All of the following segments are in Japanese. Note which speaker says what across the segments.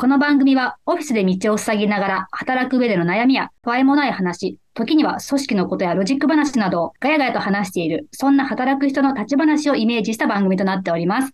Speaker 1: この番組はオフィスで道を塞ぎながら働く上での悩みや不安もない話、時には組織のことやロジック話などをガヤガヤと話している、そんな働く人の立ち話をイメージした番組となっております。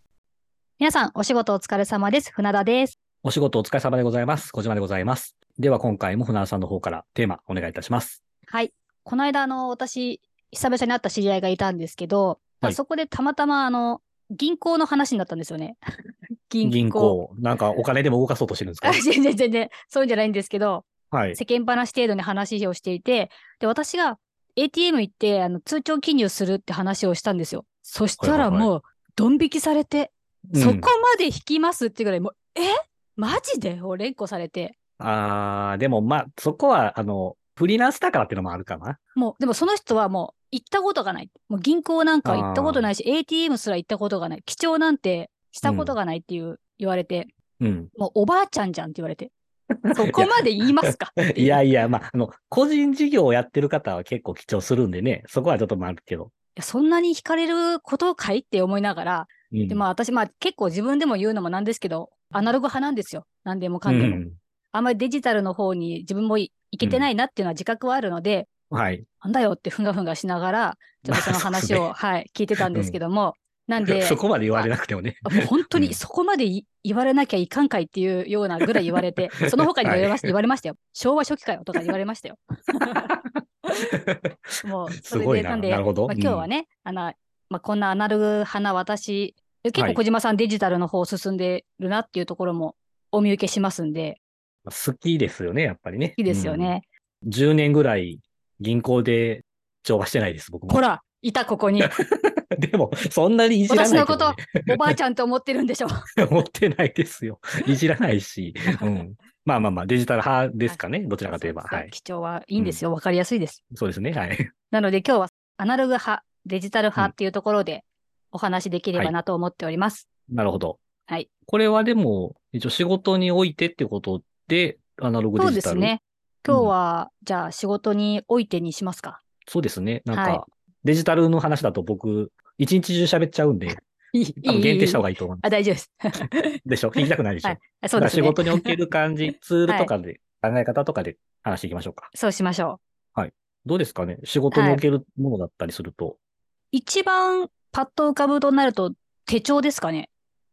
Speaker 1: 皆さん、お仕事お疲れ様です。船田です。
Speaker 2: お仕事お疲れ様でございます。小島でございます。では今回も船田さんの方からテーマお願いいたします。
Speaker 1: はい。この間、あの、私、久々に会った知り合いがいたんですけど、まあ
Speaker 2: はい
Speaker 1: そこでたまたま、あの、銀行の話になったんですよね。 銀
Speaker 2: 銀行。なんかお金でも動かそうとしてるんですか
Speaker 1: あ全然全然、そういうんじゃないんですけど、
Speaker 2: はい。
Speaker 1: 世間話程度に話をしていて、で、私が ATM 行ってあの通帳記入するって話をしたんですよ。そしたら
Speaker 2: はいはいはい
Speaker 1: もう、ドン引きされて、
Speaker 2: うん
Speaker 1: そこまで引きますってぐらい、もう、えマジでを連呼されて。
Speaker 2: あーでもまあ、そこは、あの、フリーランスだからっていうのもあるかな。
Speaker 1: もう、でもその人はもう、行ったことがない。もう銀行なんか行ったことないし、ATM すら行ったことがない。貴重なんてしたことがないっていう、言われて、
Speaker 2: うん。
Speaker 1: もうおばあちゃんじゃんって言わ れて。そこまで言いますかって
Speaker 2: いや
Speaker 1: い
Speaker 2: いや、まあ、あの、個人事業をやってる方は結構貴重するんでね、そこはちょっとまああるけど。
Speaker 1: やそんなに惹かれることかいって思いながら、
Speaker 2: うん
Speaker 1: で、まあ私、まあ結構自分でも言うのもなんですけど、アナログ派なんですよ。何でもかんでも。
Speaker 2: うん
Speaker 1: あんまりデジタルの方に自分もいいけてないなっていうのは自覚はあるので、
Speaker 2: はい。
Speaker 1: なんだよってふんがふんがしながら、ちょっとその話を、
Speaker 2: ま
Speaker 1: はい、聞いてたんですけども、なんで、
Speaker 2: そこまで言われなくてもね。
Speaker 1: あもう本当
Speaker 2: う
Speaker 1: に
Speaker 2: ん
Speaker 1: そこまでい言われなきゃいかんかいっていうようなぐらい言われて、その他にも言われまし
Speaker 2: はい
Speaker 1: 言われま したよ。昭和初期かよとか言われましたよ。もう、 そ
Speaker 2: す
Speaker 1: れ
Speaker 2: ご
Speaker 1: で、
Speaker 2: い
Speaker 1: な
Speaker 2: な。
Speaker 1: んで
Speaker 2: な、るほど。
Speaker 1: まあ、今日は
Speaker 2: ね。
Speaker 1: ね、あのまあ、こんなアナログ派な私、結
Speaker 2: は
Speaker 1: 構
Speaker 2: い
Speaker 1: 小島さんデジタルの方進んでるなっていうところもお見受けしますんで、
Speaker 2: 好きですよね、やっぱりね。
Speaker 1: いいですよね。
Speaker 2: うん。10年ぐらい銀行で調和してないです、僕も
Speaker 1: ほ。ら、いたここに。
Speaker 2: でも、そんなにいじらない、
Speaker 1: 私のことおばあちゃんと思ってるんでし ょ。
Speaker 2: と思ってないですよ。いじらないし。うん、まあまあまあ、デジタル派ですかね。どちらかといえば。
Speaker 1: そうそう
Speaker 2: はい。
Speaker 1: 貴重はいいんですよ。わ、かりやすいです。
Speaker 2: そうですね。はい。
Speaker 1: なので今日はアナログ派、デジタル派っていうところでお話できればなと思っております。
Speaker 2: なるほど。
Speaker 1: はい。
Speaker 2: これはでも、一応仕事においてってことで、アナログデ
Speaker 1: そう
Speaker 2: ジ
Speaker 1: で
Speaker 2: タル。
Speaker 1: す。ね。今日は、じゃあ仕事においてにしますか。
Speaker 2: そうですね。なんか、
Speaker 1: はい
Speaker 2: デジタルの話だと僕、一日中喋っちゃうんで、
Speaker 1: いい、
Speaker 2: 多分限定した方
Speaker 1: がいい。
Speaker 2: がいいと思う。
Speaker 1: あ、大丈夫です。
Speaker 2: でしょ聞きたくないでしょ、
Speaker 1: はいあそうです
Speaker 2: だ
Speaker 1: ね
Speaker 2: から仕事における 感じ、ツールとかで、考え方とかで話していきましょうか。
Speaker 1: そうしましょう。
Speaker 2: どうですかね仕事におけるものだったりすると。
Speaker 1: 一番パッと浮かぶとなると手帳ですかね。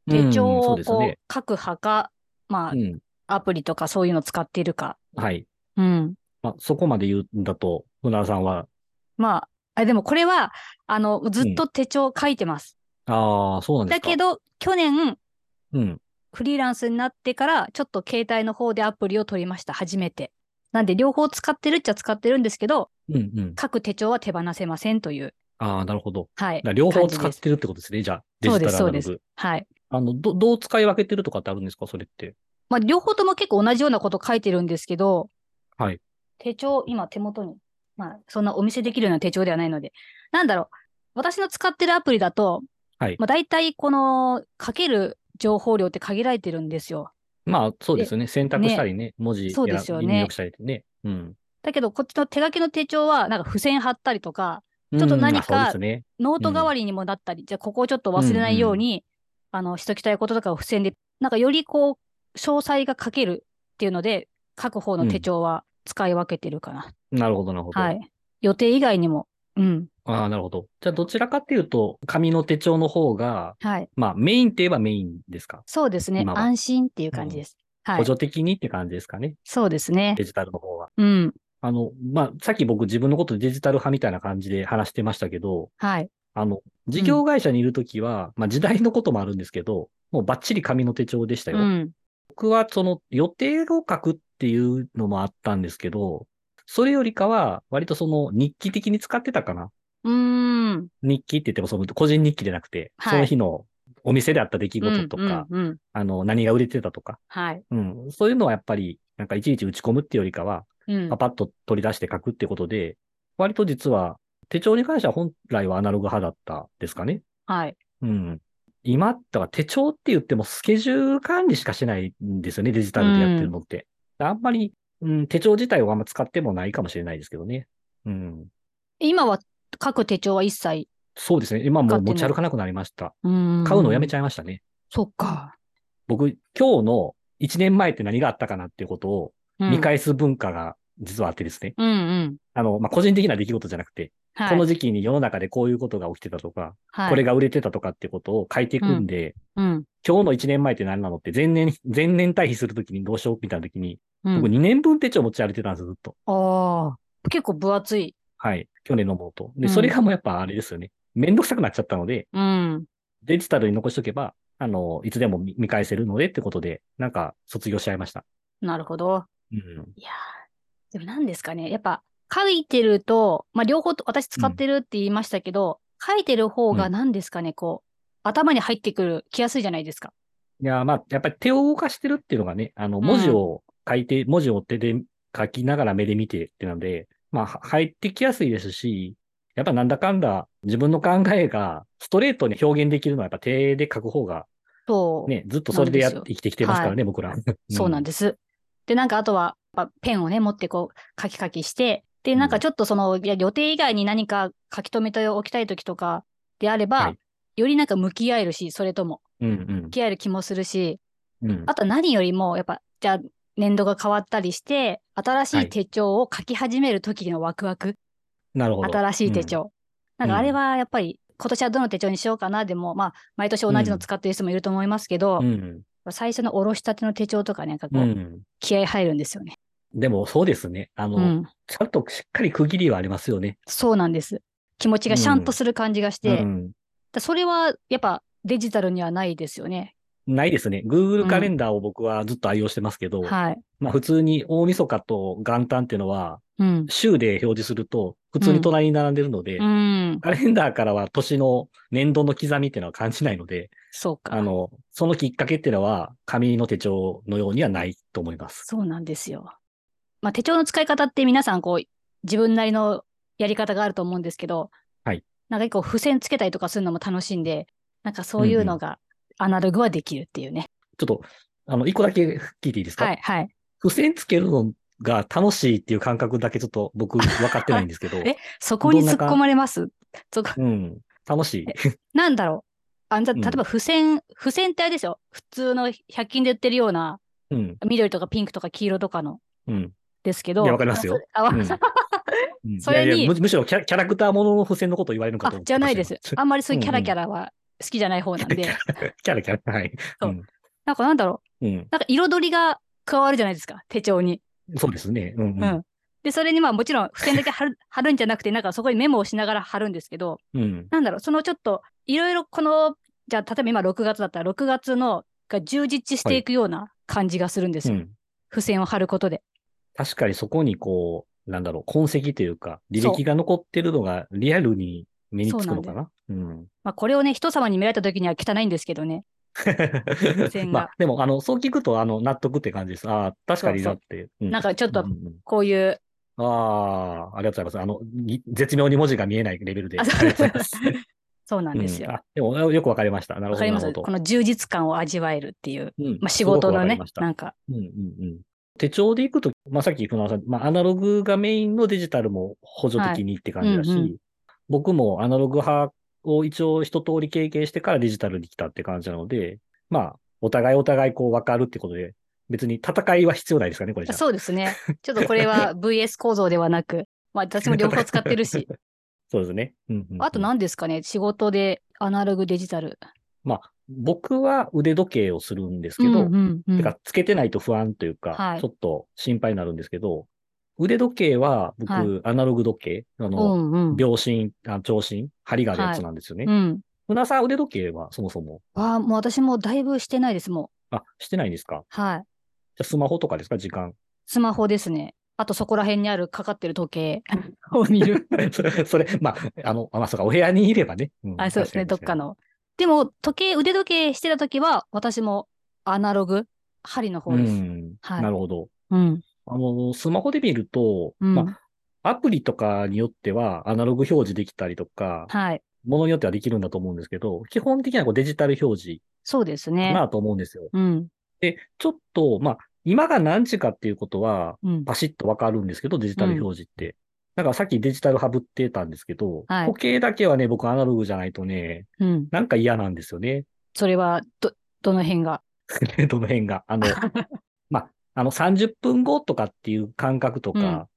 Speaker 1: 手帳
Speaker 2: うんそう
Speaker 1: を
Speaker 2: です
Speaker 1: こ
Speaker 2: ね。
Speaker 1: う書く派か、ま
Speaker 2: うん。
Speaker 1: あ、アプリとかそういうの使ってるか。
Speaker 2: はい。
Speaker 1: うん。
Speaker 2: まあ、そこまで言うんだと、船田さんは、
Speaker 1: まあ、あでもこれは、あの、ずっと手帳書いてます。
Speaker 2: ああ、そうなんで
Speaker 1: だ
Speaker 2: すか。
Speaker 1: け
Speaker 2: ど、
Speaker 1: ど、去年、
Speaker 2: うん。
Speaker 1: フリーランスになってから、ちょっと携帯の方でアプリを取りました、初めて。なんで、両方使ってるっちゃ使ってるんですけど、
Speaker 2: うんうん。
Speaker 1: 書く手帳は手放せませんという。
Speaker 2: ああ、なるほど。
Speaker 1: はい
Speaker 2: だか。ら両
Speaker 1: 感
Speaker 2: 方
Speaker 1: じ
Speaker 2: 使
Speaker 1: で
Speaker 2: っ
Speaker 1: す
Speaker 2: てるってことですね。じゃあ、デ
Speaker 1: そう
Speaker 2: ジ
Speaker 1: です
Speaker 2: タルアナロ
Speaker 1: そう
Speaker 2: グ。
Speaker 1: はい。
Speaker 2: あの、ど、どう使い分けてるとかってあるんですかそれって。
Speaker 1: まあ、両方とも結構同じようなこと書いてるんですけど、
Speaker 2: はい。
Speaker 1: 手帳、今手元に、まあ、そんなお見せできるような手帳ではないので、なんだろう、私の使ってるアプリだと、
Speaker 2: はい
Speaker 1: まあ、大体この書ける情報量って限られてるんですよ。
Speaker 2: まあ、そうですよね。選択したりね、文字
Speaker 1: そうですよね
Speaker 2: 入力したりね。うん。
Speaker 1: だけど、こっちの手書きの手帳は、なんか付箋貼ったりとか、ちょっと
Speaker 2: うん
Speaker 1: 何
Speaker 2: あそう
Speaker 1: か
Speaker 2: ですね。
Speaker 1: ノート代わりにもなったり、じゃあここをちょっと忘れないように、あの、しときたいこととかを付箋で、なんかよりこう、詳細が書けるっていうので、書く方の手帳は使い分けてるかな。
Speaker 2: なるほど、なるほど。
Speaker 1: はい。予定以外にも。うん。
Speaker 2: ああ、なるほど。じゃあ、どちらかっていうと、紙の手帳の方が、
Speaker 1: はい。
Speaker 2: まあ、メインって言えばメインですか。
Speaker 1: そうですね。
Speaker 2: 今は
Speaker 1: 安心っていう感じです。は
Speaker 2: 補
Speaker 1: い。
Speaker 2: 助的にって感じですかね。
Speaker 1: そうですね。
Speaker 2: デジタルの方は。
Speaker 1: うん。
Speaker 2: あの、まあ、さっき僕自分のことデジタル派みたいな感じで話してましたけど、
Speaker 1: はい。
Speaker 2: あの、事業会社にいるときは、まあ、時代のこともあるんですけど、もうバッチリ紙の手帳でした
Speaker 1: う
Speaker 2: よ。
Speaker 1: ん。
Speaker 2: 僕はその予定を書くっていうのもあったんですけど、それよりかは、割とその日記的に使ってたかな。
Speaker 1: うーん。
Speaker 2: 日記って言ってもその個人日記でなくて、
Speaker 1: はい
Speaker 2: その日のお店であった出来事とか、
Speaker 1: うんうんうん。
Speaker 2: あの、何が売れてたとか、
Speaker 1: はい。
Speaker 2: うん、そういうのはやっぱり、なんかいちいち打ち込むっていうよりかは、
Speaker 1: うん
Speaker 2: パ。パッと取り出して書くってことで、割と実は手帳に関しては本来はアナログ派だったですかね。
Speaker 1: はい。
Speaker 2: うん。今、だから手帳って言ってもスケジュール管理しかしないんですよね、デジタルでやってるのって。あんまり、うん、手帳自体をあんま使ってもないかもしれないですけどね。うん。
Speaker 1: 今は書く手帳は一切。
Speaker 2: そうですね。今もう
Speaker 1: 使ってない
Speaker 2: 持ち歩かなくなりました。
Speaker 1: うん。
Speaker 2: 買うのをやめち
Speaker 1: ゃう
Speaker 2: ゃいましたね。
Speaker 1: ん。そっか。
Speaker 2: 僕、今日の1年前って何があったかなっていうことを
Speaker 1: うん
Speaker 2: 見返す文化が実はあってですね。
Speaker 1: うんうん。
Speaker 2: あの、まあ、個人的な出来事じゃなくて、
Speaker 1: はい。
Speaker 2: この時期に世の中でこういうことが起きてたとか、
Speaker 1: はい、
Speaker 2: これが売れてたとかってことを書いていくんで、
Speaker 1: うん。
Speaker 2: 今日の1年前って何なのって前年、前年対比するときにどうしようみたいなときに、
Speaker 1: う
Speaker 2: 僕
Speaker 1: ん。
Speaker 2: 2年分手帳持ち歩いてたんですよ、ずっと。
Speaker 1: ああ。結構分厚い。
Speaker 2: はい。去年のものと。
Speaker 1: う
Speaker 2: で、
Speaker 1: ん
Speaker 2: それがもうやっぱあれですよね。めんどくさくなっちゃったので、
Speaker 1: うん。
Speaker 2: デジタルに残しとけば、あの、いつでも見見返せるのでってことで、なんか卒業しちゃいました。
Speaker 1: なるほど。
Speaker 2: うん。
Speaker 1: いやーでも何ですかね。やっぱ、書いてると、まあ、両方と、私使ってるって言いましたけど、書いてる方が
Speaker 2: う
Speaker 1: 何ですかね、こう、頭に入ってくる、来やすいじゃないですか。
Speaker 2: いやー、まあ、やっぱり手を動かしてるっていうのがね、あの、
Speaker 1: うん
Speaker 2: 文字を書いて、文字を手で書きながら目で見てってなんで、まあ、は入ってきやすいですし、やっぱなんだかんだ自分の考えがストレートに表現できるのはやっぱ手で書く方が
Speaker 1: そう。
Speaker 2: ね、ずっとそれでやっ
Speaker 1: そうなん
Speaker 2: 生きてきてますからね、僕ら。
Speaker 1: そうなん
Speaker 2: で
Speaker 1: です。で、なんかあとは、やっぱペンをね、持ってこう、書き書きして、で、なんかちょっとその、いや予定以外に何か書き留めておきたい時とかであれば、
Speaker 2: はい
Speaker 1: よりなんか向き合えるし、それとも、
Speaker 2: す。うん
Speaker 1: 向き合える気もするし、
Speaker 2: うん。うん
Speaker 1: あと何よりも、やっぱ、じゃあ、年度が変わったりして、新し
Speaker 2: はいい
Speaker 1: 手帳を書き始める時のワクワク、
Speaker 2: なるほど。
Speaker 1: 新しい手帳。
Speaker 2: うん
Speaker 1: なんかあれはやっぱり、今年はどの手帳にしようかな、でも、まあ、毎年同じの使ってる人もいると思いますけど、
Speaker 2: うん。
Speaker 1: 最初のおろしたての手帳とかね、なんかこ
Speaker 2: う
Speaker 1: う、
Speaker 2: ん。うん
Speaker 1: 気合入るんですよね。
Speaker 2: でも、そうですね。あの、
Speaker 1: うん。
Speaker 2: ちゃんとしっかり区切りはありますよね。
Speaker 1: そうなんです。気持ちがシャンとする感じがして、
Speaker 2: うん。
Speaker 1: だそれはやっぱデジタルにはないですよね。
Speaker 2: ないですね。
Speaker 1: う
Speaker 2: Google
Speaker 1: ん
Speaker 2: カレンダーを僕はずっと愛用してますけど、
Speaker 1: はい。
Speaker 2: まあ普通に大晦日と元旦っていうのは、
Speaker 1: うん。
Speaker 2: 週で表示すると、普通に隣に並んでるので、
Speaker 1: うん。
Speaker 2: カレンダーからは年の年度の刻みっていうのは感じないので、
Speaker 1: そうか。
Speaker 2: あの、そのきっかけっていうのは、紙の手帳のようにはないと思います。
Speaker 1: そうなんですよ。まあ手帳の使い方って皆さんこう自分なりのやり方があると思うんですけど、
Speaker 2: はい。
Speaker 1: なんか結構付箋つけたりとかするのも楽しいんで、なんかそういうのがアナログはできるっていうね。
Speaker 2: ちょっと、あの、一個だけ聞いていいですか
Speaker 1: はいはい。。
Speaker 2: 付箋つけるのが楽しいっていう感覚だけちょっと僕分かってないんですけど
Speaker 1: え、そこに
Speaker 2: どん
Speaker 1: 突
Speaker 2: な
Speaker 1: っ
Speaker 2: か
Speaker 1: 込まれますそこ、
Speaker 2: うん。楽しい。
Speaker 1: なんだろう。あの、じゃ
Speaker 2: うん
Speaker 1: 例えば付箋、付箋ってあれですよ。普通の100均で売ってるような、
Speaker 2: うん。
Speaker 1: 緑とかピンクとか黄色とかの
Speaker 2: うん。
Speaker 1: ですけど。
Speaker 2: いやわかりますよ
Speaker 1: あ、わ
Speaker 2: うんうん
Speaker 1: それに
Speaker 2: いやいやむむしろキャラキャラクターものの付箋のことを言われるのか
Speaker 1: あ
Speaker 2: と思って
Speaker 1: じゃないです
Speaker 2: ちょ。
Speaker 1: あんまりそういうキャラ
Speaker 2: うんうん
Speaker 1: キャラは好きじゃない方なんで。
Speaker 2: キャラキャラ。はい。うん
Speaker 1: なんかなんだろう。
Speaker 2: うん。
Speaker 1: なんか彩りが加わるじゃないですか。手帳に。
Speaker 2: そうですね。うん
Speaker 1: う。ん。で、それにまあもちろん付箋だけ貼る 貼るんじゃなくて、なんかそこにメモをしながら貼るんですけど、
Speaker 2: うん。うん
Speaker 1: なんだろう。そのちょっと、いろいろこの、じゃあ例えば今6月だったら6月のが充実していくような感じがするんです
Speaker 2: う
Speaker 1: よ。
Speaker 2: ん。
Speaker 1: 付箋を貼ることで。
Speaker 2: 確かにそこにこう、なんだろう、痕跡というか、履歴が残ってるのがリアルに目につくのかな。うん。
Speaker 1: まあこれをね、人様に見られた時には汚いんですけどね。 箋が
Speaker 2: まあ、でも、あの、そう聞くと、あの、納得って感じです。ああ、確かにだって。な
Speaker 1: なんかちょっと
Speaker 2: うんうん
Speaker 1: こういう
Speaker 2: ああ、ありがとうございます。あの、ぎ絶妙に文字が見えないレベルで。
Speaker 1: あ
Speaker 2: あ
Speaker 1: そう
Speaker 2: りが とうございます。
Speaker 1: そうなんですよ。
Speaker 2: うんあでも、よくわかりました。なる
Speaker 1: わか
Speaker 2: ほど、
Speaker 1: り
Speaker 2: な
Speaker 1: ま
Speaker 2: る
Speaker 1: す
Speaker 2: ほど
Speaker 1: こ。の充実感を味わえるっていう、
Speaker 2: うん
Speaker 1: まあ、仕事の
Speaker 2: すごくわか
Speaker 1: ね
Speaker 2: りまし、た
Speaker 1: なんか、
Speaker 2: うんうんうん。手帳でいくと、まあ、さっき船尾さん、まあ、アナログがメインのデジタルも補助的にって感じだし、
Speaker 1: はいうんうん
Speaker 2: 僕もアナログ派を一応一通り経験してからデジタルに来たって感じなので、まあ、お互いお互いこう分かるってことで、別に戦いは必要ないですかね、これじゃあ。
Speaker 1: そうです ね。ちょっとこれは VS 構造ではなく、まあ私も両方使ってるし、
Speaker 2: そうですね。うんうんうん
Speaker 1: あと何ですかね、仕事でアナログデジタル。
Speaker 2: 僕は腕時計をするんですけど、
Speaker 1: うんうんうん
Speaker 2: てか、つけてないと不安というか、
Speaker 1: はい
Speaker 2: ちょっと心配になるんですけど、腕時計は僕、
Speaker 1: はい
Speaker 2: アナログ時計、あ
Speaker 1: う
Speaker 2: の、
Speaker 1: んうん。
Speaker 2: 秒針、あ長針、針があるやつなんですよね。
Speaker 1: うん。
Speaker 2: 船さん腕時計はそもそも、
Speaker 1: ああ、もう私もだいぶしてないです、もう。
Speaker 2: あ、してないんですか
Speaker 1: はい。
Speaker 2: じゃあスマホとかですか 時間。
Speaker 1: スマホですね。あとそこら辺にあるかかってる時計を見る。
Speaker 2: それ、それ、まあ、あの、あまあ、そうか、お部屋にいればね。ん
Speaker 1: あそうですね、どっ
Speaker 2: 確
Speaker 1: か
Speaker 2: に
Speaker 1: の。でも、時計、腕時計してた時は、私もアナログ、針の方
Speaker 2: 確
Speaker 1: で
Speaker 2: かに
Speaker 1: す。
Speaker 2: うん、
Speaker 1: はい
Speaker 2: なるほど。
Speaker 1: うん。
Speaker 2: あの、スマホで見ると、
Speaker 1: うん。
Speaker 2: まあ、アプリとかによっては、アナログ表示できたりとか、
Speaker 1: はい。
Speaker 2: ものによってはできるんだと思うんですけど、基本的にはこうデジタル表示
Speaker 1: そうです
Speaker 2: か
Speaker 1: ね。
Speaker 2: なと思うんですよ。
Speaker 1: うん。
Speaker 2: で、ちょっと、まあ、今が何時かっていうことは、
Speaker 1: うん。
Speaker 2: パシッとわかるんですけど、デジタル表示って。だからさっきデジタルハブってたんですけど、
Speaker 1: はい
Speaker 2: 時計だけはね、僕アナログじゃないとね、
Speaker 1: うん。
Speaker 2: なんか嫌なんですよね。
Speaker 1: それは、ど、どの辺が。
Speaker 2: どの辺が。あの、まあ、あの30分後とかっていう感覚とか、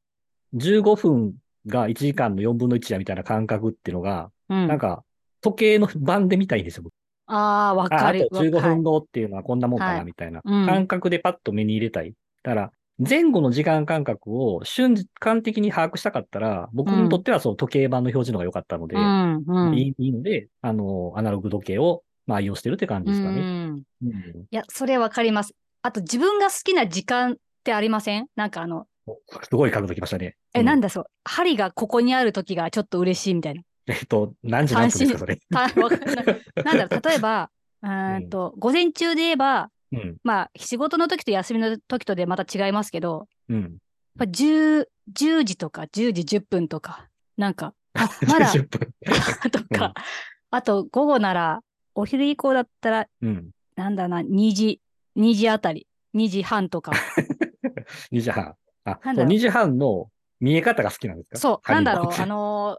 Speaker 2: 15分が1時間の4分の1だみたいな感覚っていうのが、
Speaker 1: うん
Speaker 2: なんか、時計の番で見たいんですよ。僕
Speaker 1: ああ、わ
Speaker 2: あ
Speaker 1: か
Speaker 2: あ
Speaker 1: る
Speaker 2: と。15
Speaker 1: はい
Speaker 2: 分後っていうのはこんなもんかなみたいな
Speaker 1: うん
Speaker 2: 感覚でパッと目に入れたい。だから、前後の時間感覚を瞬間的に把握したかったら、僕にとってはその時計版の表示の方が良かったので、
Speaker 1: うんうん
Speaker 2: いいいいので、あの、アナログ時計を、まあ、愛用してるって感じですか
Speaker 1: う
Speaker 2: ね。
Speaker 1: ん
Speaker 2: うん
Speaker 1: いや、それわかります。あと、自分が好きな時間ってありませんなんかあの、
Speaker 2: おすごい角度きましたね。
Speaker 1: え、なんんだそう。針がここにある時がちょっと嬉しいみたいな。
Speaker 2: えっと、何時何分ですか、それ。
Speaker 1: たわかんないなんだろう、例え ば、うーんと、午前中で言えば、
Speaker 2: うん、
Speaker 1: まあ、仕事の時と休みの時とでまた違いますけど、
Speaker 2: うん。
Speaker 1: まあ、10, 10時とか10時10分とか、なんか、あま だ
Speaker 2: 10分。
Speaker 1: と
Speaker 2: うん
Speaker 1: か、あと午後なら、お昼以降だったら、
Speaker 2: うん。
Speaker 1: なんだな、2時、2時あたり、2時半 とか。
Speaker 2: 2時半。あ、
Speaker 1: なんだろう
Speaker 2: そう2時半の見え方が好きなんですか
Speaker 1: そう、なんだろう、あ
Speaker 2: の、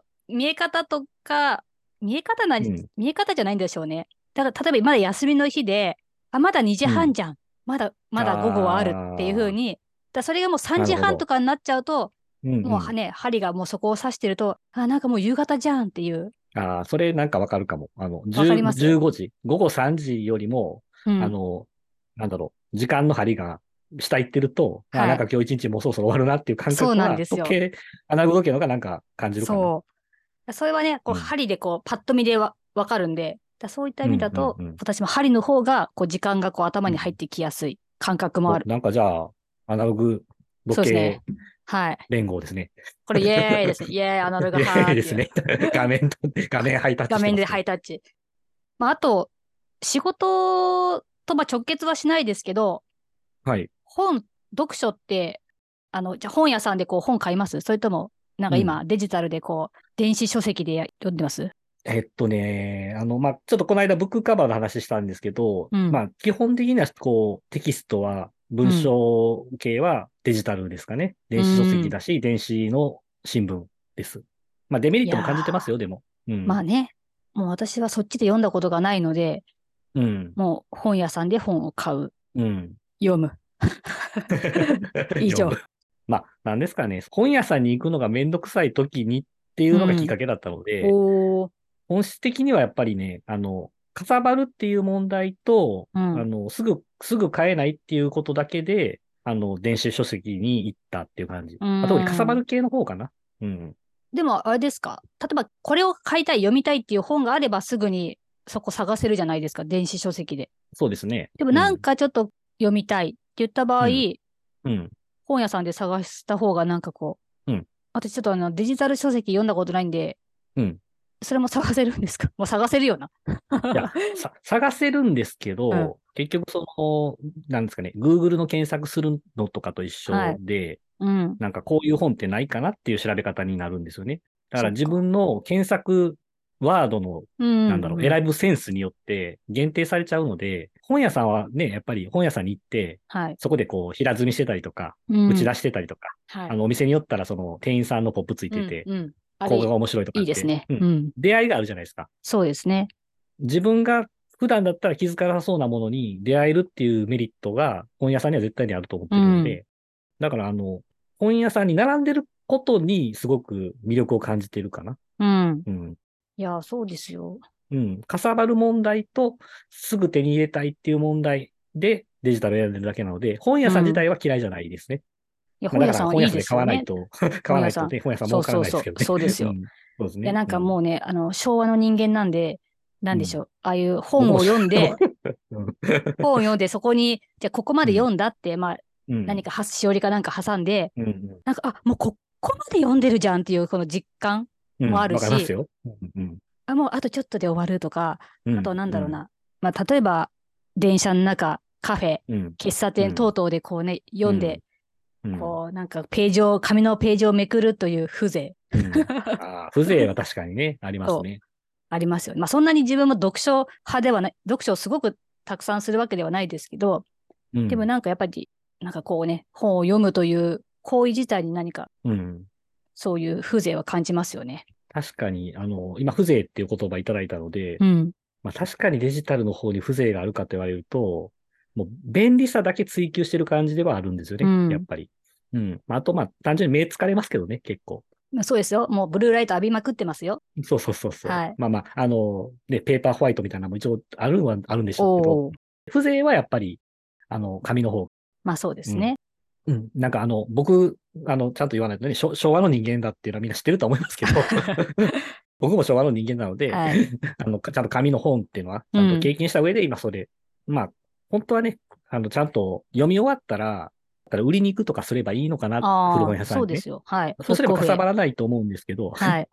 Speaker 1: のー見え方とか、見え方な、
Speaker 2: うん
Speaker 1: 見え方じゃないんでしょうね。だから、例えばまだ休みの日で、あ、まだ2時半じゃん。まだ、まだ午後はあるっていうふうに、だそれがもう3時
Speaker 2: なるほ
Speaker 1: 半
Speaker 2: ど
Speaker 1: とかになっちゃうと、
Speaker 2: うんうん
Speaker 1: もうね、針がもうそこを指してると、あ、なんかもう夕方じゃんっていう。
Speaker 2: ああ、それなんかわかるかも。あの、
Speaker 1: わかり
Speaker 2: 10
Speaker 1: ます
Speaker 2: 15時、午後3時よりも、
Speaker 1: うん
Speaker 2: あの、なんだろう、時間の針が下行ってると、あ
Speaker 1: はい
Speaker 2: なんか今日一日もうそろそろ終わるなっていう感覚
Speaker 1: そうなん
Speaker 2: は、
Speaker 1: ですよ
Speaker 2: 時計、アナログ時計の方がなんか感じるかな。
Speaker 1: そう。それはね、こう
Speaker 2: うん
Speaker 1: 針でこう、パッと見でわわかるんで、だそういった意味だと、
Speaker 2: うんうんうん
Speaker 1: 私も針の方が、こう、時間がこう、頭に入ってきやすい感覚もある。
Speaker 2: おなんかじゃあ、アナログ
Speaker 1: そうです
Speaker 2: 時計
Speaker 1: ねはい。
Speaker 2: 連合ですね。
Speaker 1: これ、イエーイ ですね。イエーイ、アナログ
Speaker 2: イエ
Speaker 1: 派
Speaker 2: ーイ ですね。画面と、画面ハイタッチして
Speaker 1: 画
Speaker 2: ますね
Speaker 1: 面でハイタッチ。まあ、あと、仕事とまあ直結はしないですけど、
Speaker 2: はい。
Speaker 1: 本、読書って、あの、じゃあ本屋さんでこう本買いますそれとも、なんか今、デジタルでこう、電子書籍でや読んでます
Speaker 2: えっとね、あの、まあ、ちょっとこの間ブックカバーの話したんですけど、
Speaker 1: うん
Speaker 2: まあ、基本的には、こう、テキストは、文章系はデジタルですかね。電子書籍だし、電子の新聞です。まあ、デメリットも感じてますよ、でも。うん。
Speaker 1: まあね、もう私はそっちで読んだことがないので、
Speaker 2: うん。
Speaker 1: もう本屋さんで本を買う、
Speaker 2: うん。
Speaker 1: 読む。 以上。
Speaker 2: まあ、なんですかね。本屋さんに行くのがめんどくさい時にっていうのがきっかけだったので、
Speaker 1: おー、
Speaker 2: 本質的にはやっぱりね、あの、かさばるっていう問題と、
Speaker 1: う
Speaker 2: あ
Speaker 1: ん。
Speaker 2: の、すぐ、すぐ買えないっていうことだけで、あの、電子書籍に行ったっていう感じ。
Speaker 1: うん
Speaker 2: あ特にかさばる系の方かな。うん。
Speaker 1: でも、あれですか例えば、これを買いたい、読みたいっていう本があれば、すぐにそこ探せるじゃないですか、電子書籍で。
Speaker 2: そうですね。
Speaker 1: でも、なん、かちょっと読みたいって言った場合、
Speaker 2: うんうん。うん。
Speaker 1: 本屋さんで探した方が、なんかこう、
Speaker 2: うん
Speaker 1: 私ちょっとあのデジタル書籍読んだことないんで、
Speaker 2: うん
Speaker 1: それも探せるんですか まあ、探せるよな。
Speaker 2: いや、さ、探せるんですけど、
Speaker 1: うん
Speaker 2: 結局その、なんですかね、Google の検索するのとかと一緒
Speaker 1: はい
Speaker 2: で、
Speaker 1: うん。
Speaker 2: なんかこういう本ってないかなっていう調べ方になるんですよね。だ
Speaker 1: そ
Speaker 2: から
Speaker 1: っか
Speaker 2: 自分の検索ワードの
Speaker 1: うん。
Speaker 2: なんだろう、選ぶセンスによって限定されちゃうので、本屋さんはね、やっぱり本屋さんに行って、
Speaker 1: はい。
Speaker 2: そこでこう、平積みしてたりとか、
Speaker 1: 打
Speaker 2: 打ち出してたりとか、
Speaker 1: はい、
Speaker 2: あの、お店によったらその店員さんのポップついてて、
Speaker 1: うんうんあれ
Speaker 2: ここが面白いとか
Speaker 1: い
Speaker 2: っ
Speaker 1: い
Speaker 2: て。
Speaker 1: ですね、
Speaker 2: う
Speaker 1: うんん。
Speaker 2: 出会いがあるじゃないですか。
Speaker 1: そうですね。
Speaker 2: 自分が普段だったら気づかなそうなものに出会えるっていうメリットが本屋さんには絶対にあると思ってるので、だからあの、本屋さんに並んでることにすごく魅力を感じてるかな。
Speaker 1: うん。
Speaker 2: うん。
Speaker 1: いや、そうですよ。
Speaker 2: うん。かさばる問題と、すぐ手に入れたいっていう問題で、デジタルを選んでるだけなので、本屋さん自体は嫌いじゃないですね。
Speaker 1: いや、
Speaker 2: ま
Speaker 1: 本
Speaker 2: あ
Speaker 1: 屋
Speaker 2: だ
Speaker 1: さ
Speaker 2: から
Speaker 1: んは
Speaker 2: 本
Speaker 1: い
Speaker 2: 屋
Speaker 1: い
Speaker 2: さん
Speaker 1: で
Speaker 2: です買わ
Speaker 1: よ
Speaker 2: な
Speaker 1: ね
Speaker 2: い。と、買わないとね、本屋さん儲からないですけどね。
Speaker 1: そうそうそうそうですよ
Speaker 2: んそうです
Speaker 1: い
Speaker 2: ね。
Speaker 1: や、なんかもうね、あの、昭和の人間なんで、なんでしょう。ああいう本を読んで、
Speaker 2: うん、
Speaker 1: 本を読んで、そこに、じゃあここまで読んだって、まあ、
Speaker 2: うん、
Speaker 1: 何
Speaker 2: か、
Speaker 1: かはしおりかなんか挟んで、
Speaker 2: うん
Speaker 1: なんか、あ、もうここまで読んでるじゃんっていう、この実感。
Speaker 2: うん、
Speaker 1: もあるし
Speaker 2: わかりますよ。うん
Speaker 1: あ、もうあとちょっとで終わるとか、
Speaker 2: うん、
Speaker 1: あとなんだろうな。まあ、例えば、電車の中、カフェ、
Speaker 2: うん。うん。
Speaker 1: 喫茶
Speaker 2: うん
Speaker 1: 店等々でこうね、読んで、
Speaker 2: うん
Speaker 1: こう、なんかページを、紙のページをめくるという風情
Speaker 2: うんあー風情は確かに ね、ありますね。
Speaker 1: ありますよね。まあそんなに自分も読書派ではない、読書をすごくたくさんするわけではないですけど、
Speaker 2: うん、
Speaker 1: でもなんかやっぱり、なんかこうね、本を読むという行為自体に何か
Speaker 2: うん。
Speaker 1: そういう風情は感じますよね。
Speaker 2: 確かに、あの、今、風情っていう言葉いただいたので、
Speaker 1: うん。
Speaker 2: まあ、確かにデジタルの方に風情があるかと言われると、もう便利さだけ追求してる感じではあるんですよね、
Speaker 1: うん
Speaker 2: やっぱり。うん。まああと、まあ、単純に目疲れますけどね、結構。
Speaker 1: そうですよ。もうブルーライト浴びまくってますよ。
Speaker 2: そうそうそうそう。
Speaker 1: はい
Speaker 2: まあまあ、あの、ね、ペーパーホワイトみたいなのも一応あるはあるんでしょうけど、
Speaker 1: おー
Speaker 2: 風情はやっぱり、あの、紙の方。
Speaker 1: まあそうですね。
Speaker 2: うん。なんかあの、僕、あの、ちゃんと言わないとね、昭昭和の人間だっていうのはみんな知ってると思います けど、 僕も昭和の人間なので、
Speaker 1: はい。
Speaker 2: あの、ちゃんと紙の本っていうのは、ちゃんと経験した上で、今それ、まあ、本当はね、あの、ちゃんと読み終わったら、ただ売りに行くとかすればいいのかな、古
Speaker 1: あ
Speaker 2: 本屋
Speaker 1: あ、
Speaker 2: さん
Speaker 1: そ
Speaker 2: に、
Speaker 1: う
Speaker 2: ね。
Speaker 1: ですよ。はい。
Speaker 2: そうすれば
Speaker 1: 復興
Speaker 2: かさ
Speaker 1: 兵
Speaker 2: ばらないと思うんですけど、
Speaker 1: はい。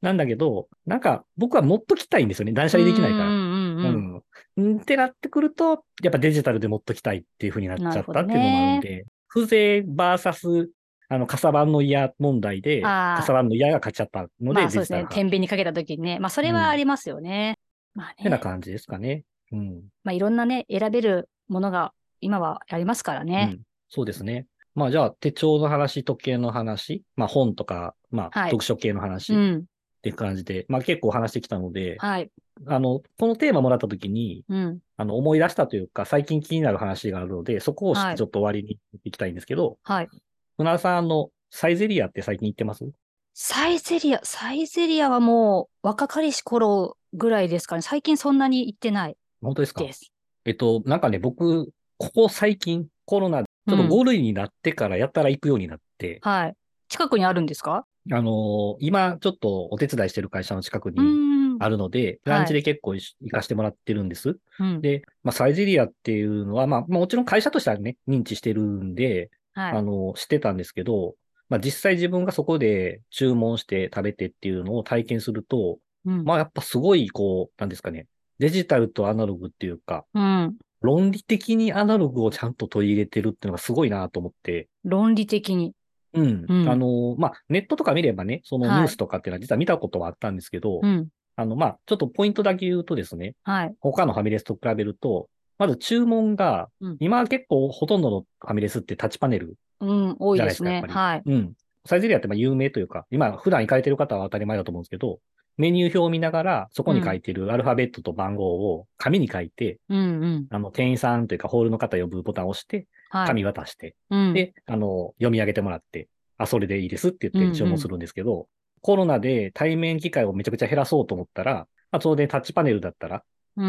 Speaker 2: なんだけど、なんか僕は持っときたいんですよね。断捨離できないか
Speaker 1: う
Speaker 2: ら。
Speaker 1: んうん
Speaker 2: う
Speaker 1: うんうん。
Speaker 2: ん。うんってなってくると、やっぱデジタルで持っときたいっていう風になっちゃったっていうのもあるんで、風情バーサス、あの、かさばんの嫌問題で、
Speaker 1: あー
Speaker 2: かさばんの嫌が勝っちゃったの
Speaker 1: ま
Speaker 2: で、
Speaker 1: あ
Speaker 2: デジ
Speaker 1: そうです
Speaker 2: タ
Speaker 1: ね。
Speaker 2: ル派
Speaker 1: 天秤にかけた時にね。まあそれはありますよね。まあ
Speaker 2: て
Speaker 1: ね
Speaker 2: な。感じですかね。うん。
Speaker 1: まあいろんなね、選べるものが今はありますからね。
Speaker 2: うん、そうですね。まあじゃあ手帳の話、時計の話、まあ本とか、まあ
Speaker 1: はい
Speaker 2: 読書系の
Speaker 1: う
Speaker 2: 話っ
Speaker 1: ん。
Speaker 2: て感じで、まあ結構話してきたので、
Speaker 1: はい。
Speaker 2: あの、このテーマもらった時に、
Speaker 1: うん。
Speaker 2: あの思い出したというか、最近気になる話があるので、そこを知っ
Speaker 1: は
Speaker 2: て
Speaker 1: い
Speaker 2: ちょっと終わりに行きたいんですけど、
Speaker 1: はい。
Speaker 2: 船田さん、あの、サイゼリアって最近行ってます
Speaker 1: サイゼリア、サイゼリアはもう若かりし頃ぐらいですかね。最近そんなに行ってない
Speaker 2: 本当ですか
Speaker 1: です。
Speaker 2: えっと、なんかね、僕、ここ最近、コロナ、ちょっと
Speaker 1: うん
Speaker 2: 5類になってからやったら行くようになって、
Speaker 1: はい。近くにあるんですか
Speaker 2: あの今、ちょっとお手伝いしてる会社の近くに
Speaker 1: うーん。
Speaker 2: あるので、
Speaker 1: はい
Speaker 2: ランチで結構いし行かせてもらってるんです。
Speaker 1: うん
Speaker 2: で、まあ、サイゼリアっていうのは、まあ、もちろん会社としてはね、認知してるんで、
Speaker 1: は
Speaker 2: あ
Speaker 1: い。
Speaker 2: の、してたんですけど、まあ、実際自分がそこで注文して食べてっていうのを体験すると、
Speaker 1: うん
Speaker 2: まあ、やっぱすごい、こう、なんですかね、デジタルとアナログっていうか、
Speaker 1: うん。
Speaker 2: 論理的にアナログをちゃんと取り入れてるっていうのがすごいなと思って、
Speaker 1: 論理的に。
Speaker 2: うん。
Speaker 1: うん
Speaker 2: あの、まあ、ネットとか見ればね、そのニ
Speaker 1: はい
Speaker 2: ュースとかっていうのは実は見たことはあったんですけど、
Speaker 1: うん。
Speaker 2: あの、まあ、ちょっとポイントだけ言うとですね、
Speaker 1: はい。
Speaker 2: 他のファミレスと比べると、まず注文が、
Speaker 1: うん
Speaker 2: 今は結構ほとんどのファミレスってタッチパネル。
Speaker 1: うん。多い
Speaker 2: じ
Speaker 1: で
Speaker 2: ゃないですすかやっ
Speaker 1: ね
Speaker 2: ぱ。り
Speaker 1: はい。
Speaker 2: うん。サイゼリアってまあ有名というか、今普段行かれてる方は当たり前だと思うんですけど、メニュー表を見ながら、そこに書いてるアルファベットと番号を紙に書いて、
Speaker 1: うんうん。
Speaker 2: あの、店員さんというかホールの方呼ぶボタンを押して、
Speaker 1: はい。
Speaker 2: 紙渡して、
Speaker 1: うん。
Speaker 2: で、あの、読み上げてもらって、あ、それでいいですって
Speaker 1: う
Speaker 2: 言
Speaker 1: ん
Speaker 2: っ
Speaker 1: うん
Speaker 2: て注文するんですけど、コロナで対面機会をめちゃくちゃ減らそうと思ったら、まあ、当然タッチパネルだったら、
Speaker 1: うん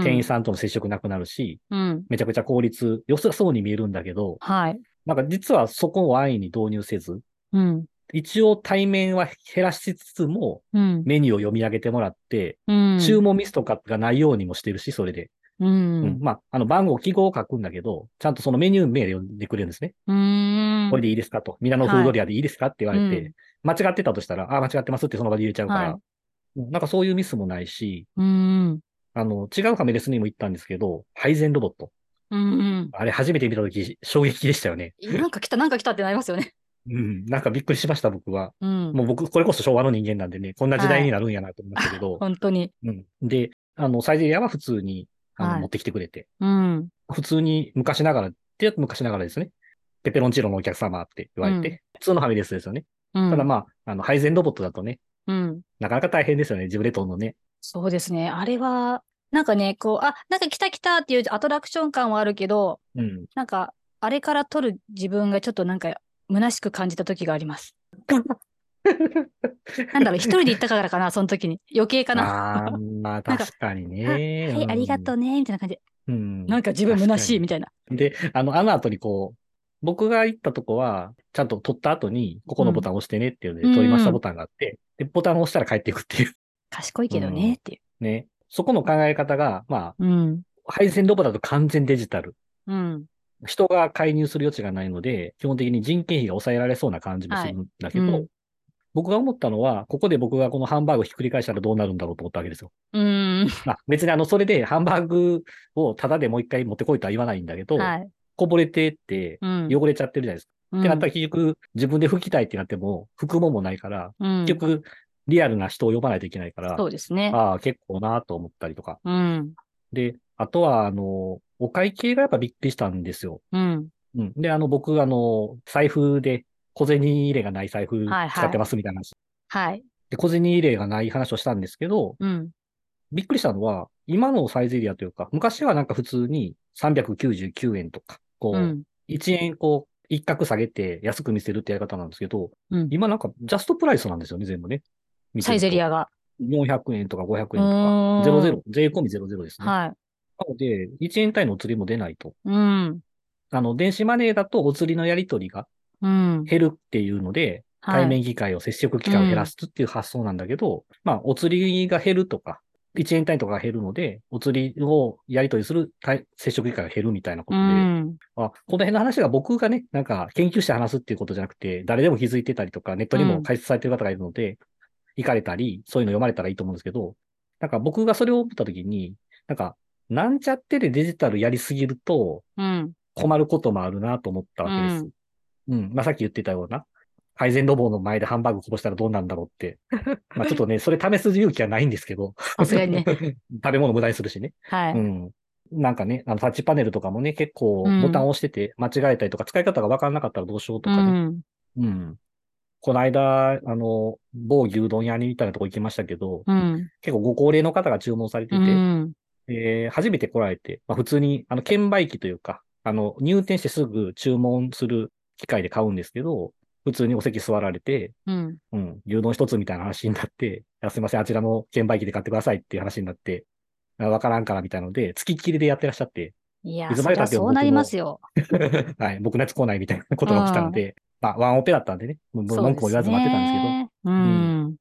Speaker 2: 店員さんとの接触なくなるし、
Speaker 1: うん。
Speaker 2: めちゃくちゃ効率良さそうに見えるんだけど、
Speaker 1: はい。
Speaker 2: なんか実はそこを安易に導入せず、
Speaker 1: うん。
Speaker 2: 一応対面は減らしつつも、
Speaker 1: うん。
Speaker 2: メニューを読み上げてもらって、
Speaker 1: うん。
Speaker 2: 注文ミスとかがないようにもしてるし、それで。
Speaker 1: う
Speaker 2: うん
Speaker 1: ん。
Speaker 2: まあ、あの、番号、記号を書くんだけど、ちゃんとそのメニュー名で読んでくれるんですね。
Speaker 1: うん。
Speaker 2: これでいいですかと。ミラノフードリアでいいですかって言われて、
Speaker 1: うん
Speaker 2: 間違ってたとしたら、あ、間違ってますってその場で言えちゃうから、
Speaker 1: は
Speaker 2: なんかそういうミスもないし、
Speaker 1: うん。
Speaker 2: あの、違うファミレスにも行ったんですけど、配膳ロボット。
Speaker 1: うんうん。
Speaker 2: あれ初めて見たとき、衝撃でしたよね。
Speaker 1: なんか来た、なんか来たってなりますよね。
Speaker 2: うん、なんかびっくりしました、僕は。
Speaker 1: うん。
Speaker 2: もう僕、これこそ昭和の人間なんでね、こんな時代になるんやなと思いましたけど、
Speaker 1: 本当に。
Speaker 2: うん。で、あの、サイゼリアは普通にあの、
Speaker 1: はい
Speaker 2: 持ってきてくれて、
Speaker 1: うん。
Speaker 2: 普通に昔ながらって、昔ながらですね。ペペロンチーノのお客様って言われて、
Speaker 1: う
Speaker 2: 普通のファミレスですよね。
Speaker 1: うん
Speaker 2: ただまあ、あの、配膳ロボットだとね、
Speaker 1: うん。
Speaker 2: なかなか大変ですよね、ジブレトンのね。
Speaker 1: そうですね。あれは、なんかね、こう、あ、なんか来た来たっていうアトラクション感はあるけど、
Speaker 2: うん。
Speaker 1: なんか、あれから撮る自分がちょっとなんか、虚しく感じた時があり ます。なんだろう、一人で行ったからかな、その時に。余計か な。
Speaker 2: ああ、まあ
Speaker 1: か
Speaker 2: 確かに
Speaker 1: あは
Speaker 2: ね。
Speaker 1: はい、ありがと
Speaker 2: う
Speaker 1: うね、みたいな感じで。
Speaker 2: ん。うん。
Speaker 1: なんか自分虚しい、
Speaker 2: 確
Speaker 1: みたいな。
Speaker 2: かにで、あの、あの後にこう、僕が行ったとこは、ちゃんと取った後に、ここのボタンを押してねっていうので、
Speaker 1: うん
Speaker 2: 取りまし
Speaker 1: う
Speaker 2: た
Speaker 1: ん
Speaker 2: ボタンがあって、で、ボタンを押したら帰っていくっていう。
Speaker 1: 賢いけど
Speaker 2: うん
Speaker 1: ね、っていう。
Speaker 2: ね。そこの考え方が、まあ、
Speaker 1: うん。
Speaker 2: 配線ロボだと完全デジタル。
Speaker 1: うん。
Speaker 2: 人が介入する余地がないので、基本的に人件費が抑えられそうな感じもするんだけど、
Speaker 1: はいうん
Speaker 2: 僕が思ったのは、ここで僕がこのハンバーグをひっくり返したらどうなるんだろうと思ったわけですよ。
Speaker 1: うん。
Speaker 2: まあ、別にあの、それでハンバーグをタダでもう一回持ってこいとは言わないんだけど、
Speaker 1: はい。
Speaker 2: こぼれてって
Speaker 1: うん。
Speaker 2: 汚れちゃってるじゃないですか。
Speaker 1: うん
Speaker 2: ってなったら結局、自分で拭きたいってなっても、拭くもんもないから、
Speaker 1: うん
Speaker 2: 結局、リアルな人を呼ばないといけないから、
Speaker 1: そうですね。
Speaker 2: ああ、結構なと思ったりとか。
Speaker 1: うん。
Speaker 2: で、あとは、あの、お会計がやっぱびっくりしたんですよ。
Speaker 1: うん。
Speaker 2: うん。で、あの、僕、あの、財布で、小銭入れがない財
Speaker 1: は
Speaker 2: 布
Speaker 1: いはい
Speaker 2: 使ってますみたいな話。
Speaker 1: はい。
Speaker 2: で、小銭入れがない話をしたんですけど、
Speaker 1: うん。
Speaker 2: びっくりしたのは、今のサイゼリアというか、昔はなんか普通に399円とか、こ
Speaker 1: う
Speaker 2: う、
Speaker 1: ん。
Speaker 2: 1円こう、一角下げて安く見せるってやり方なんですけど、
Speaker 1: うん
Speaker 2: 今なんかジャストプライスなんですよね、全部ね。
Speaker 1: サイゼリ
Speaker 2: ア。
Speaker 1: アが。
Speaker 2: 400円とか500円と
Speaker 1: うーん
Speaker 2: か、ゼロゼロ、税込みゼロゼロですね。
Speaker 1: はい。
Speaker 2: なので、1円単位のお釣りも出ないと。
Speaker 1: うん。
Speaker 2: あの、電子マネーだとお釣りのやり取りが
Speaker 1: うん。
Speaker 2: 減るっていうので、
Speaker 1: はい
Speaker 2: 対面議会を接触機会を減らすっていう発想なんだけど、まあ、お釣りが減るとか、1円単位とかが減るので、お釣りをやり取りする対接触機会が減るみたいなこ
Speaker 1: う
Speaker 2: とで、
Speaker 1: ん。
Speaker 2: あこの辺の話が僕がね、なんか研究して話すっていうことじゃなくて、誰でも気づいてたりとか、ネットにも解説されてる方がいるので、行かれたり、そういうの読まれたらいいと思うんですけど、なんか僕がそれを思ったときに、なんか、なんちゃってでデジタルやりすぎると
Speaker 1: うん。
Speaker 2: 困ることもあるなと思ったわけです。うん、まあさっき言ってたような、配膳ロボの前でハンバーグこぼしたらどうなんだろう って。まあちょっとね、それ試す勇気はないんですけど、
Speaker 1: さすが にね。
Speaker 2: 食べ物無駄にするしね。
Speaker 1: は
Speaker 2: う
Speaker 1: い。
Speaker 2: ん。なんかね、あのタッチパネルとかもね、結構
Speaker 1: うん
Speaker 2: ボタンを押してて間違えたりとか、使い方が分からなかったらどうしようと
Speaker 1: う
Speaker 2: かね。
Speaker 1: ん。
Speaker 2: うん。この間、あの、某牛丼屋にみたいなとこ行きましたけど、
Speaker 1: うん。
Speaker 2: 結構ご高齢の方が注文されて
Speaker 1: う
Speaker 2: て、
Speaker 1: ん。
Speaker 2: で初めて来られて、まあ、普通に、あの、券売機というか、あの、入店してすぐ注文する機械で買うんですけど、普通にお席座られて、
Speaker 1: うん。
Speaker 2: うん、牛丼一つみたいな話になって、あすいません、あちらの券売機で買ってくださいっていう話になって、あわからんからみたいなので、付きっきりでやってらっしゃって、
Speaker 1: いや、
Speaker 2: いつ
Speaker 1: そ
Speaker 2: まで
Speaker 1: り
Speaker 2: 経
Speaker 1: ゃ
Speaker 2: っても
Speaker 1: そうなりますよ。
Speaker 2: はい、僕のやつ来ないみたいなことが起きたので、まあ、ワンオペだったんでね、もう
Speaker 1: そう
Speaker 2: 文句も言わず待ってたんですけど、
Speaker 1: ねうん。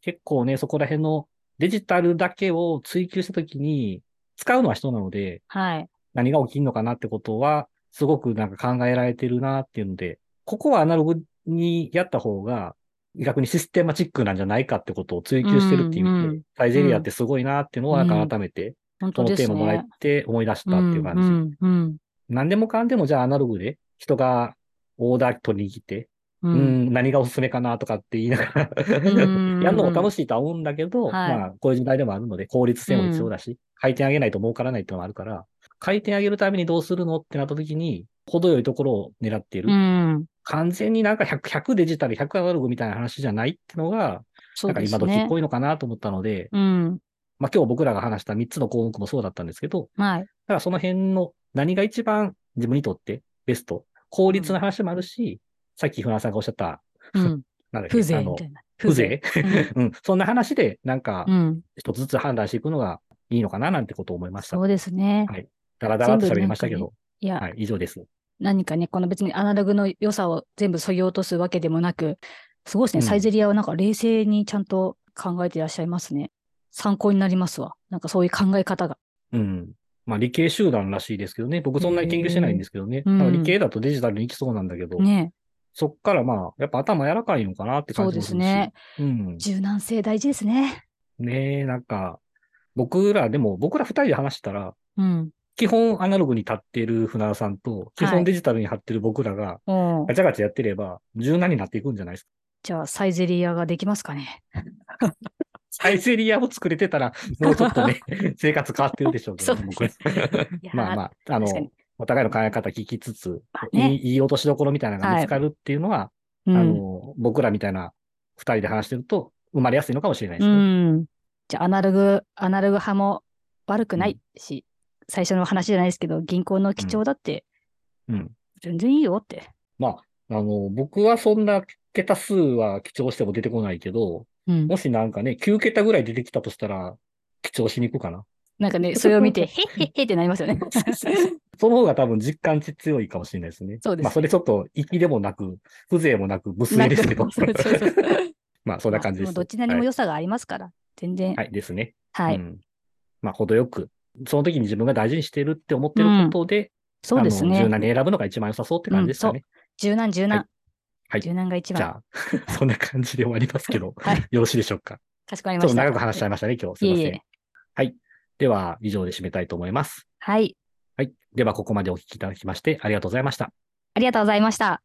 Speaker 2: 結構ね、そこら辺のデジタルだけを追求したときに、使うのは人なので、
Speaker 1: はい。
Speaker 2: 何が起きるのかなってことは、すごくなんか考えられてるなっていうので、ここはアナログにやった方が、逆にシステマチックなんじゃないかってことを追求してるっていう意味で、
Speaker 1: うんうん
Speaker 2: サイゼリアってすごいなっていうのは、なんか改めて、
Speaker 1: 本当
Speaker 2: こ
Speaker 1: で
Speaker 2: のテー
Speaker 1: す
Speaker 2: マもら
Speaker 1: ね
Speaker 2: え。て思い出したっていう感じ。
Speaker 1: うん。うん。
Speaker 2: 何でもかんでもじゃあアナログで人がオーダー取りに来て、
Speaker 1: う。
Speaker 2: うんん、何がおすすめかなとかって言いながら、
Speaker 1: ん
Speaker 2: やるのも楽しいとは思うんだけど、
Speaker 1: はい
Speaker 2: まあ、こういう時代でもあるので、効率性も必要だし、回転上げないと儲からないっていうのもあるから、回転上げるためにどうするのってなった時に、程よいところを狙っている。
Speaker 1: うん。
Speaker 2: 完全になんか 100, 100デジタル、100アナログみたいな話じゃないってのが、
Speaker 1: そ
Speaker 2: な
Speaker 1: う
Speaker 2: んか
Speaker 1: です
Speaker 2: 今時っ
Speaker 1: ね。
Speaker 2: ぽいのかなと思ったので、
Speaker 1: うん。
Speaker 2: まあ今日僕らが話した3つの項目もそうだったんですけど、
Speaker 1: はい。
Speaker 2: だからその辺の何が一番自分にとってベスト、効率の話もあるし、さっき船田さんがおっしゃった、
Speaker 1: うん。
Speaker 2: なんだっけ、
Speaker 1: 風
Speaker 2: あ
Speaker 1: 情
Speaker 2: の
Speaker 1: みたいな。
Speaker 2: 風情うん。そんな話で、なんか
Speaker 1: う、ん。
Speaker 2: 一つずつ判断していくのがいいのかななんてことを 思いました
Speaker 1: そ。うですね。
Speaker 2: だらだらっと喋りましたけ
Speaker 1: 全
Speaker 2: ど、
Speaker 1: いや、
Speaker 2: はい、以上です。
Speaker 1: 何かね、この別にアナログの良さを全部削ぎ落とすわけでもなく、すごいですね、
Speaker 2: うん
Speaker 1: サイゼリアはなんか冷静にちゃんと考えていらっしゃいますね。参考になりますわ。なんかそういう考え方が。
Speaker 2: うん。まあ理系集団らしいですけどね、僕そんなに研究してないんですけどね、
Speaker 1: うん
Speaker 2: なんか理系だとデジタルに行きそうなんだけど、
Speaker 1: ね
Speaker 2: そっからまあ、やっぱ頭柔らかいのかなって
Speaker 1: そ
Speaker 2: 感
Speaker 1: う
Speaker 2: じ
Speaker 1: で
Speaker 2: もす
Speaker 1: す
Speaker 2: るし。
Speaker 1: ね。
Speaker 2: うん。
Speaker 1: 柔軟性大事ですね。
Speaker 2: ねえ、なんか、僕らでも、僕ら二人で話したら、
Speaker 1: うん。
Speaker 2: 基本アナログに立ってる船田さんと、基
Speaker 1: は
Speaker 2: 本
Speaker 1: い
Speaker 2: デジタルに張ってる僕らが、
Speaker 1: おう
Speaker 2: ガチャガチャやってれば、柔軟になっていくんじゃないですか。
Speaker 1: じゃあ、サイゼリアができますか ね。
Speaker 2: サイゼリアを作れてたら、もうちょっ とね、生活変わってるでしょうけどね、
Speaker 1: そう です
Speaker 2: 僕
Speaker 1: いやー
Speaker 2: まあまあ、あの
Speaker 1: 確かに、
Speaker 2: お互いの考え方聞きつつ、
Speaker 1: まあ
Speaker 2: い
Speaker 1: ね
Speaker 2: いいい落としどころみたいなのが見つかるっていうのは、
Speaker 1: う
Speaker 2: あ
Speaker 1: ん。
Speaker 2: の、僕らみたいな二人で話してると、生まれやすいのかもしれないです
Speaker 1: う
Speaker 2: ね。
Speaker 1: ん。じゃあ、アナログ、アナログ派も悪くないし、最初の話じゃないですけど、銀行の基調だって、
Speaker 2: うん
Speaker 1: 全然いいよって。
Speaker 2: まあ、あの、僕はそんな桁数は記帳しても出てこないけど、
Speaker 1: うん。
Speaker 2: もしなんかね、9桁ぐらい出てきたとしたら、記帳しに行く かな。
Speaker 1: なんかね、それを見 て、へっへっへってなりますよね。
Speaker 2: その方が多分実感値強いかもしれないですね。
Speaker 1: そうですね
Speaker 2: まあ、それちょっと、粋でもなく、風情もなく、無粋ですけど。
Speaker 1: そうそうそう
Speaker 2: まあ、そんな感じで
Speaker 1: まあ
Speaker 2: す。
Speaker 1: もどっちなりも
Speaker 2: はい
Speaker 1: 良さがありますから、全然。
Speaker 2: は
Speaker 1: はい。
Speaker 2: い、ですね。うんまあ、程よく、その時に自分が大事にしてるって思ってることで、
Speaker 1: そうです
Speaker 2: あの柔
Speaker 1: ね。
Speaker 2: 軟に選ぶのが一番良さそうって感じですかね。
Speaker 1: 柔軟、柔軟。
Speaker 2: はい
Speaker 1: 柔軟が一
Speaker 2: じ
Speaker 1: 番。
Speaker 2: ゃあ、 そんな感じで終わりますけど、
Speaker 1: はい
Speaker 2: よろしいでしょうか。
Speaker 1: かしこまり
Speaker 2: ちょ
Speaker 1: ま
Speaker 2: っ
Speaker 1: した。
Speaker 2: と長く話しちゃいましたね、今日。すいません。
Speaker 1: いえいえ
Speaker 2: はい。では、以上で締めたいと思います。
Speaker 1: はい。
Speaker 2: はい。では、ここまでお聞きいただきまして、ありがとうございました。
Speaker 1: ありがとうございました。